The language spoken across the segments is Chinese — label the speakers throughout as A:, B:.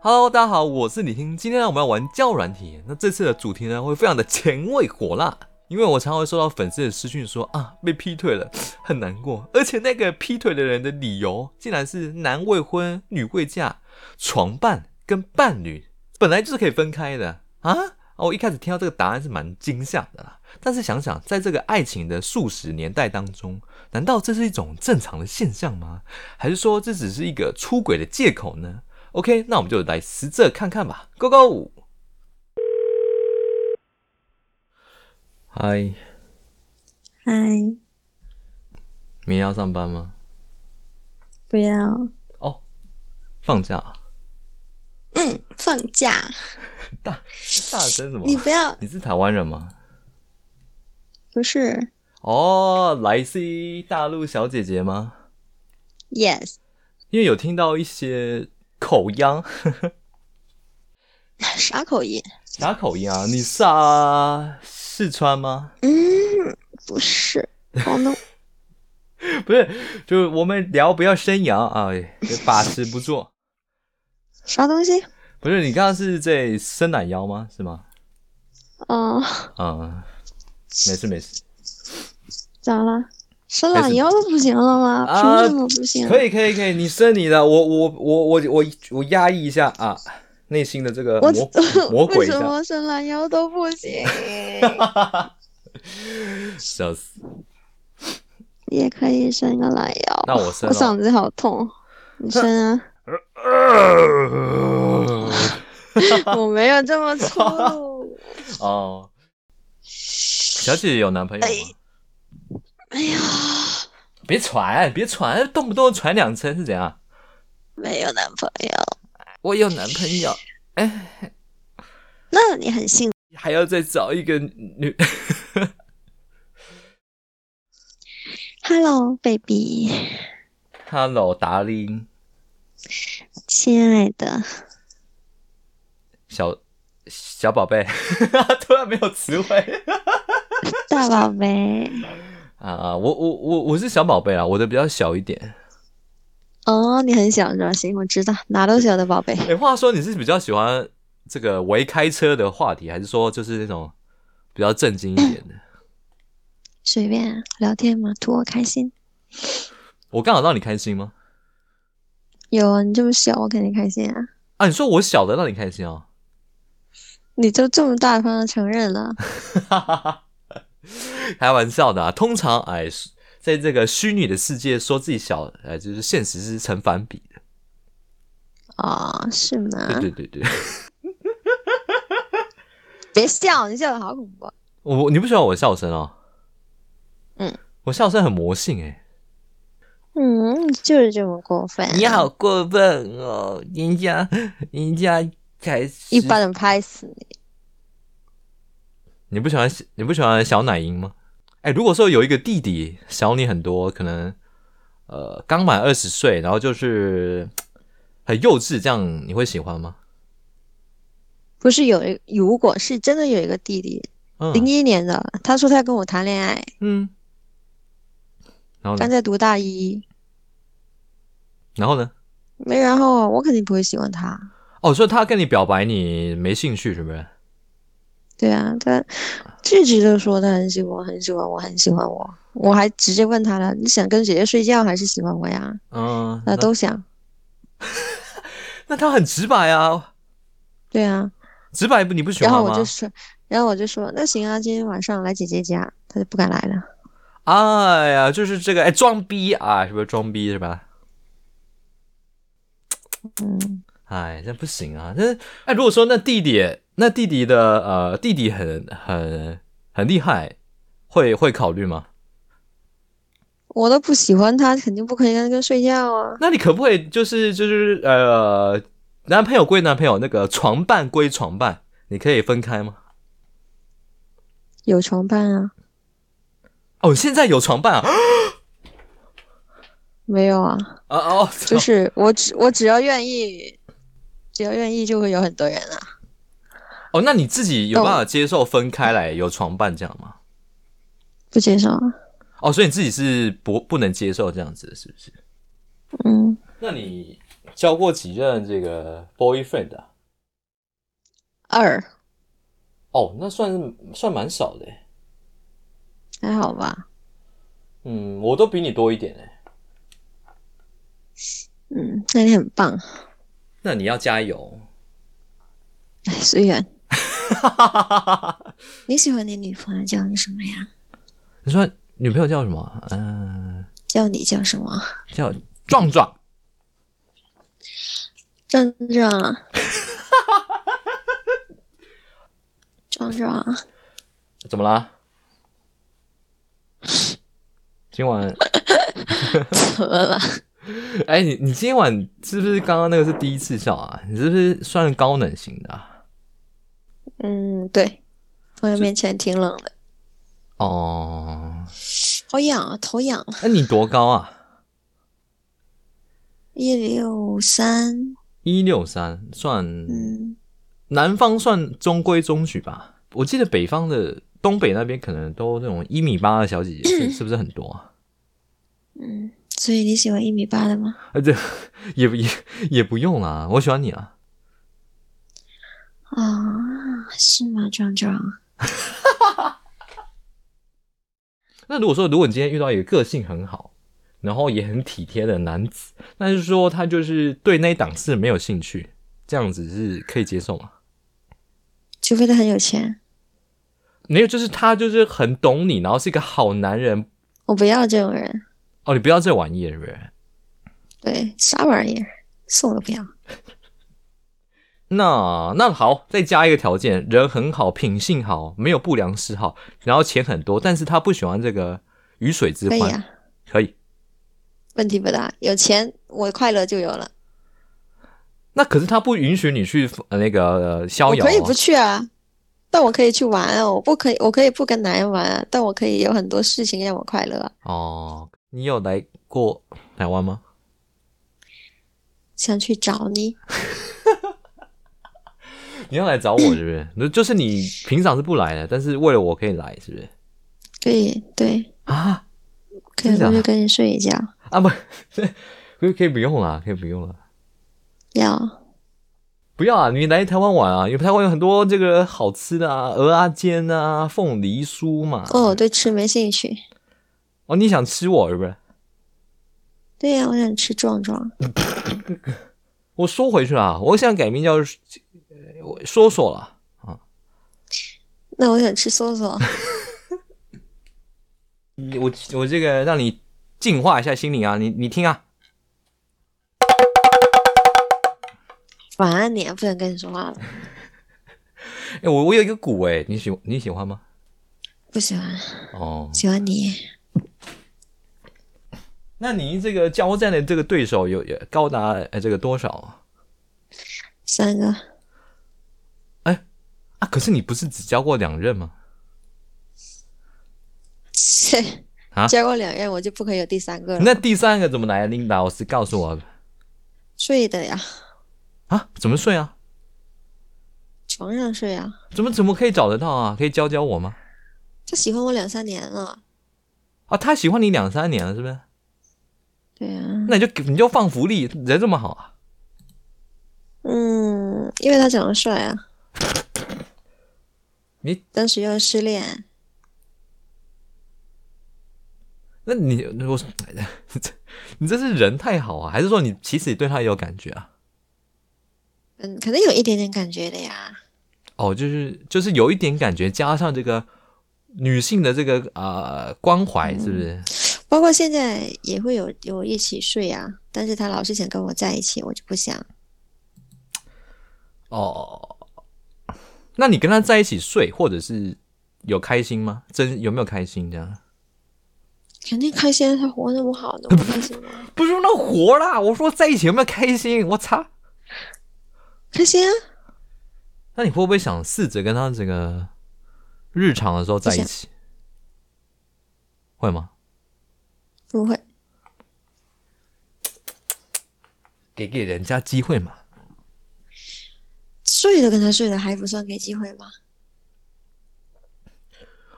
A: Hello，大家好，我是李听。今天呢，我们要玩教软体。那这次的主题呢，会非常的前卫火辣，因为我常常会收到粉丝的私讯说啊，被劈腿了， 很难过。而且那个劈腿的人的理由，竟然是男未婚、女未嫁、床伴跟伴侣，本来就是可以分开的啊。哦，我一开始听到这个答案是蛮惊吓的啦，但是想想，在这个爱情的数十年代当中，难道这是一种正常的现象吗？还是说这只是一个出轨的借口呢？OK，那我们就来实测看看吧，Go Go！嗨，
B: 嗨，
A: 明天要上班吗？
B: 不要，
A: 哦，放假啊，
B: 嗯，放假，
A: 大大声什么？
B: 你不要，
A: 你是台湾人吗？
B: 不是
A: 哦，来自于大陆小姐姐吗？
B: ，yes，
A: 因为有听到一些口音，
B: 啥口音？
A: 啥口音啊？你是啊四川吗？
B: 嗯，不是广东，
A: 不是，就是我们聊不要生阳啊，就把持不住。
B: 啥东西？
A: 不是，你刚刚是在伸懒腰吗？是吗？
B: 哦、
A: 嗯，没事没事，
B: 咋了？伸懒腰都不行了吗？
A: 啊
B: 凭什么不行？
A: 可以可以可以，你伸你的，我我我我我我压抑一下啊，内心的这个
B: 我
A: 魔魔
B: 为
A: 鬼一
B: 什
A: 下，
B: 么伸懒腰都不 行？
A: 笑死！
B: 也可以伸个懒腰。
A: 那我伸
B: 我
A: 了，
B: 嗓子好痛，你伸 啊！我没有这么粗 鲁。
A: 哦，小姐姐有男朋友吗？
B: 哎呀，
A: 别传别传，动不动传两针是怎样？
B: 没有男朋友，
A: 我有男朋友，哎，
B: 那你很幸
A: 还要再找一个女。
B: Hello baby，
A: Hello，达令，
B: 亲爱的。
A: 小小宝贝， 突然没有词汇
B: 大宝贝。
A: 啊！我我我我是小宝贝啊，我的比较小一点。
B: 哦，你很小是吧？行，我知道，哪都小的宝贝。
A: 哎、话说你是比较喜欢这个围开车的话题，还是说就是那种比较正经一点的？
B: 随便啊聊天嘛，图我开心。
A: 我刚好让你开心吗？
B: 有啊，你这么小，我肯定开心啊。
A: 啊，你说我小的让你开心哦。
B: 你都这么大方的承认了，
A: 哈哈哈，开玩笑的啊。通常哎，在这个虚拟的世界说自己小，哎，就是现实是成反比的。
B: 哦，是吗？
A: 对对对对，
B: 别笑，你笑的好恐怖。
A: 我你不喜欢我笑声哦？
B: 嗯，
A: 我笑声很魔性哎、
B: 嗯，就是这么过分。啊
A: 你，好过分哦！人家，人家才
B: 一巴掌拍死你。
A: 你不喜欢你不喜欢小奶音吗？哎，如果说有一个弟弟小你很多，可能呃刚满二十岁，然后就是很幼稚，这样你会喜欢吗？
B: 不是有一，如果是真的有一个弟弟，零
A: 嗯
B: 一年的，他说他跟我谈恋爱，
A: 嗯，然后
B: 刚
A: 呢？
B: 在读大一，
A: 然后呢？
B: 没然后啊，我肯定不会喜欢他。
A: 哦，所以他跟你表白，你没兴趣是不是？
B: 对啊，他一直都说他很喜欢我，很喜欢我，很喜欢我。我还直接问他了，你想跟姐姐睡觉还是喜欢我呀？
A: 嗯，
B: 他都想。
A: 那他很直白啊，
B: 对啊，
A: 直白不你不喜
B: 然
A: 欢
B: 后
A: 吗
B: 我就？说，然后我就说，那行啊，今天晚上来姐姐家，他就不敢来了。
A: 哎呀，就是这个哎装逼啊，是不是装逼是吧？
B: 嗯，
A: 哎，这不行啊！那哎，如果说那弟弟，那弟弟的呃，弟弟很很很厉害，会会考虑吗？
B: 我都不喜欢他，肯定不可以跟他睡觉啊。
A: 那你可不可以就是就是呃，男朋友归男朋友，那个床伴归床伴，你可以分开吗？
B: 有床伴啊？
A: 哦，现在有床伴啊！
B: 没 有啊，
A: 啊哦，
B: 就是我只我只要愿意，只要愿意就会有很多人啊。
A: 哦，那你自己有办
B: 哦
A: 法接受分开来有床伴这样吗？
B: 不接受啊？
A: 哦，所以你自己是不不能接受这样子的，是不是？
B: 嗯，
A: 那你交过几任这个 boyfriend 啊？
B: 二
A: 哦，那算是算蛮少的耶。欸
B: 还好吧？
A: 嗯，我都比你多一点哎。
B: 嗯，那你很棒。
A: 那你要加油。
B: 哎，虽然你喜欢你女朋友叫你什么呀？
A: 你说女朋友叫什么？嗯、
B: 叫你叫什么？
A: 叫壮壮。
B: 壮 壮，壮壮，
A: 怎么啦？今晚，
B: 怎么了？
A: 哎、你你今晚是不是刚刚那个是第一次笑啊？你是不是算高冷型的、啊？
B: 嗯，对，朋友面前挺冷的，
A: 哦，
B: 好痒啊，头痒。
A: 那、你多高啊？
B: 一六三，
A: 一六三，算
B: 嗯，
A: 南方算中规中矩吧。我记得北方的东北那边可能都那种一米八的小姐姐是是不是很多啊？
B: 所以你喜欢一米八的吗？
A: 啊，这也不也也不用啦，我喜欢你啊。
B: 啊，是吗，壮壮？
A: 那如果说，如果你今天遇到一个个性很好，然后也很体贴的男子，那就是说他就是对那一档次没有兴趣，这样子是可以接受吗？
B: 除非他很有钱，
A: 没有，就是他就是很懂你，然后是一个好男人。
B: 我不要这种人。
A: 哦，你不要这玩意儿，是不是？
B: 对，啥玩意儿，送都不要。
A: 那那好，再加一个条件，人很好，品性好，没有不良嗜好，然后钱很多，但是他不喜欢这个鱼水之
B: 可
A: 欢，
B: 以啊，
A: 可以
B: 问题不大。有钱，我快乐就有了。
A: 那可是他不允许你去、呃、那个、呃、逍
B: 我
A: 遥、啊，
B: 可以不去啊，但我可以去玩啊。我不可以，我可以不跟男人玩啊，但我可以有很多事情让我快乐啊。
A: 哦。你有来过台湾吗？
B: 想去找你，
A: 你要来找我是不 是？那就是你平常是不来的，但是为了我可以来，是不是？
B: 对对，
A: 啊
B: 可
A: 真的
B: 以回去
A: 啊
B: 跟你睡一觉。
A: 啊不， 可以可以不用啦，可以不用啦，
B: 要
A: 不要啊！你来台湾玩啊，因为台湾有很多这个好吃的啊，鹅啊煎啊，凤梨酥嘛。
B: 哦，我对吃没兴趣。
A: 哦，你想吃我是不是？
B: 对呀、我想吃壮壮。
A: 我说回去啦，我想改名叫呃我说说了。
B: 那我想吃搜索。
A: 你我我这个让你净化一下心灵啊，你你听啊，
B: 晚安你，啊，不想跟你说话了，
A: 哎、我我有一个鼓哎、你喜你喜欢吗？
B: 不喜欢，
A: 哦，
B: 喜欢你。
A: 那你这个交战的这个对手有有高达呃这个多少啊？
B: 三个，
A: 啊，可是你不是只交过两任吗？
B: 切
A: 啊，
B: 交过两任我就不可以有第三个了。
A: 那第三个怎么来？你老师告诉我
B: 睡的呀，
A: 啊，怎么睡啊？
B: 床上睡啊。
A: 怎么怎么可以找得到啊？可以教教我吗？
B: 他喜欢我两三年了，
A: 啊，他喜欢你两三年了，是不是？
B: 对啊，
A: 那你就你就放福利，人这么好啊？
B: 嗯，因为他长得帅啊。
A: 你
B: 当时又失恋，
A: 那你我，你这是人太好啊，还是说你其实你对他也有感觉啊？
B: 嗯，肯定有一点点感觉的呀。
A: 哦，就是就是有一点感觉，加上这个女性的这个呃关怀，是不是？
B: 包括现在也会有有一起睡啊，但是他老是想跟我在一起，我就不想。
A: 哦，那你跟他在一起睡，或者是有开心吗？真有没有开心这样？
B: 肯定开心啊，他活那么好，能不开心啊吗？
A: 不是那活啦，我说在一起有没有开心？我操！
B: 开心啊，
A: 那你会不会想试着跟他这个日常的时候在一起？会吗？
B: 不会。
A: 给给人家机会嘛。
B: 睡了跟他睡了还不算给机会吗？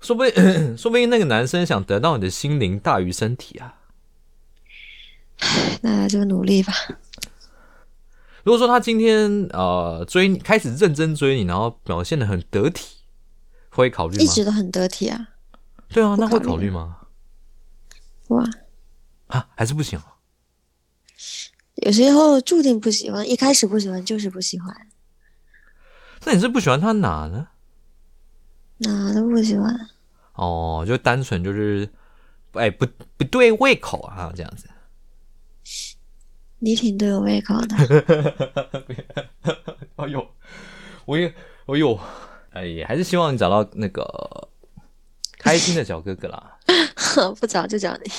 A: 说不定， 说不定那个男生想得到你的心灵大于身体啊！
B: 那就努力吧。
A: 如果说他今天呃追你，开始认真追你，然后表现的很得体，会考虑
B: 一
A: 吗？
B: 直都很得体啊，
A: 对啊，那会
B: 不
A: 考
B: 考虑
A: 虑吗？
B: 哇，
A: 啊，还是不行啊。
B: 有时候注定不喜欢，一开始不喜欢就是不喜欢，
A: 那你是不喜欢他哪呢？
B: 哪都不喜欢。
A: 哦，就单纯就是，哎，不不对胃口啊，这样子。
B: 你挺对我胃口的，
A: 哎呦，我也，哎呦，哎，也还是希望你找到那个开心的小哥哥啦。
B: 不找就找你，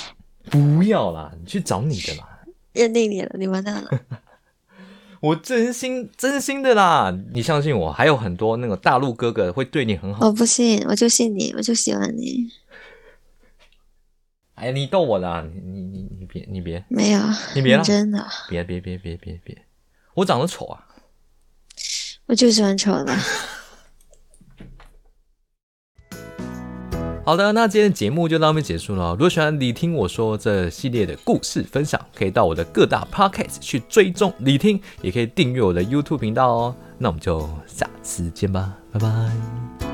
A: 不要啦，你去找你的啦。
B: 认定你了，你完蛋了。
A: 我真心真心的啦，你相信我，还有很多那个大陆哥哥会对你很好。
B: 哦我不信，我就信你，我就喜欢你。
A: 哎，你逗我啦，你你你你别你别
B: 没有，
A: 你别啦
B: 真的，
A: 别别别别别别，我长得丑啊。
B: 我就喜欢丑的。
A: 好的，那今天的节目就到这边结束了哦。如果喜欢你听我说这系列的故事分享，可以到我的各大 podcast 去追踪你听，也可以订阅我的 YouTube 频道哦。那我们就下次见吧，拜拜。